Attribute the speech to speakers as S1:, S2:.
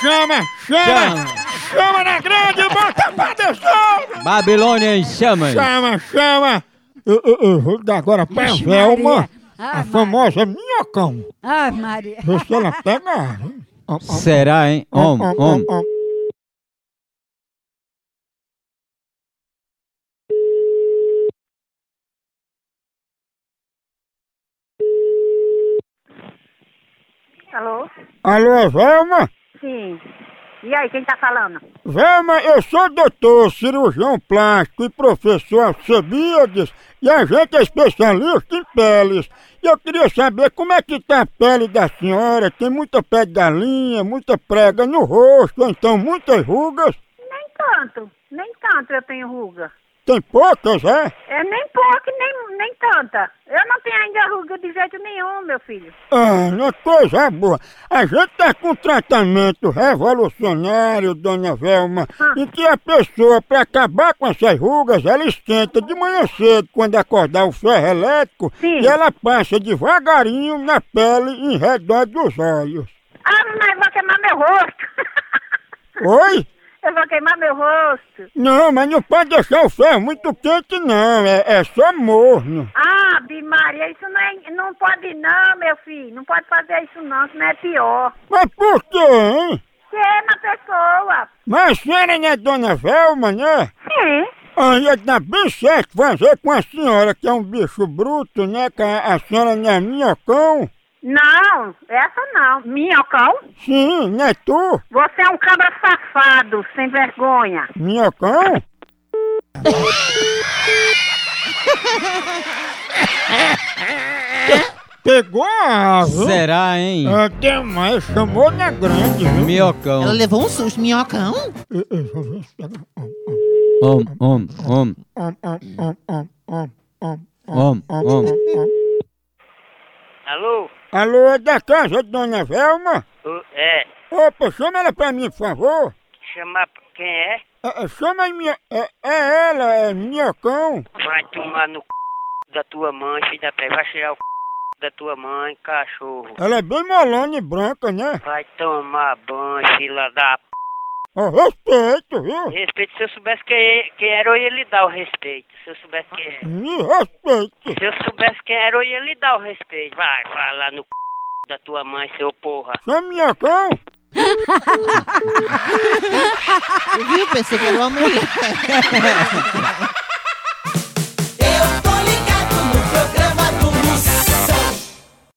S1: Chama, chama, chama na grande, bota pra descer!
S2: Babilônia em chamas.
S1: Chama, chama! Eu, eu- eu vou dar agora pra
S3: Ixi,
S1: Velma,
S3: Maria. Ah,
S1: a famosa minhocão.
S3: Ai, Maria.
S1: Vê se ela pega. hein? Ó, ó,
S2: Será, hein?
S1: ó,
S2: Homem,
S1: ó, ó,
S2: homem.
S1: ó.
S4: Alô?
S1: Alô, Velma?
S4: Sim. E aí, quem tá falando?
S1: Velma, É, eu sou doutor, cirurgião plástico e professor Alcebiades, e a gente é especialista em peles. E eu queria saber como é que tá a pele da senhora, tem muita pele da linha, muita prega no rosto, ou então muitas rugas.
S4: Nem tanto, nem tanto eu tenho ruga.
S1: Tem poucas, é?
S4: É nem pouco, nem, nem tanta. Eu não tenho ainda ruga de jeito nenhum, meu filho.
S1: Ah, uma coisa boa. A gente tá com um tratamento revolucionário, dona Velma,
S4: Ah.
S1: em que a pessoa, pra acabar com essas rugas, ela esquenta de manhã cedo, quando acordar o ferro elétrico,
S4: Sim.
S1: e ela passa devagarinho na pele em redor dos olhos.
S4: Ah, mas vou queimar meu rosto.
S1: Oi?
S4: eu vou queimar meu rosto.
S1: Não, mas não pode deixar o ferro muito quente, não. É, é só morno.
S4: Ah, Bi Maria, isso não, é, não pode não, meu filho. Não pode fazer isso não, senão é pior.
S1: Mas por quê, hein?
S4: Queima a pessoa.
S1: Mas a senhora não é dona Velma, né?
S4: Sim.
S1: Ah, ia dar bem certo fazer com a senhora, que é um bicho bruto, né? Que a, a senhora não é minhocão.
S4: Não, essa não. Minhocão?
S1: Sim, não é tu?
S4: Você é um cabra safado, sem vergonha.
S1: Minhocão? Pegou a ave.
S2: Será, hein?
S1: Ah, tem mais, chamou na grande, viu?
S2: Miocão.
S5: Ela levou um susto, minhocão.
S1: Eu- eu vou ver se pega.
S2: Om, om, om,
S1: Om, om, om, om, om, om,
S2: om,
S1: om,
S2: om.
S1: om.
S6: Alô?
S1: Alô, é da casa de Dona Velma?
S6: Ô, É,
S1: Opa, chama ela pra mim, por favor.
S6: chamar pra- quem é?
S1: É, é, chama aí minha. É, é ela, é minhocão.
S6: Vai tomar no c... da tua mãe, filho da pé. Vai cheirar o c... da tua mãe, cachorro.
S1: Ela é bem molona e branca, né?
S6: Vai tomar banho, fila da p...
S1: Ó, respeito, viu?
S6: Respeito, se eu soubesse quem, quem era, eu ia lhe dar o respeito. Se eu soubesse quem era.
S1: Me respeite.
S6: Se eu soubesse quem era, eu ia lhe dar o respeito. Vai, vai lá no c... da tua mãe, seu porra.
S1: Chama minhocão.
S5: Viu? Pensei que era uma mulher.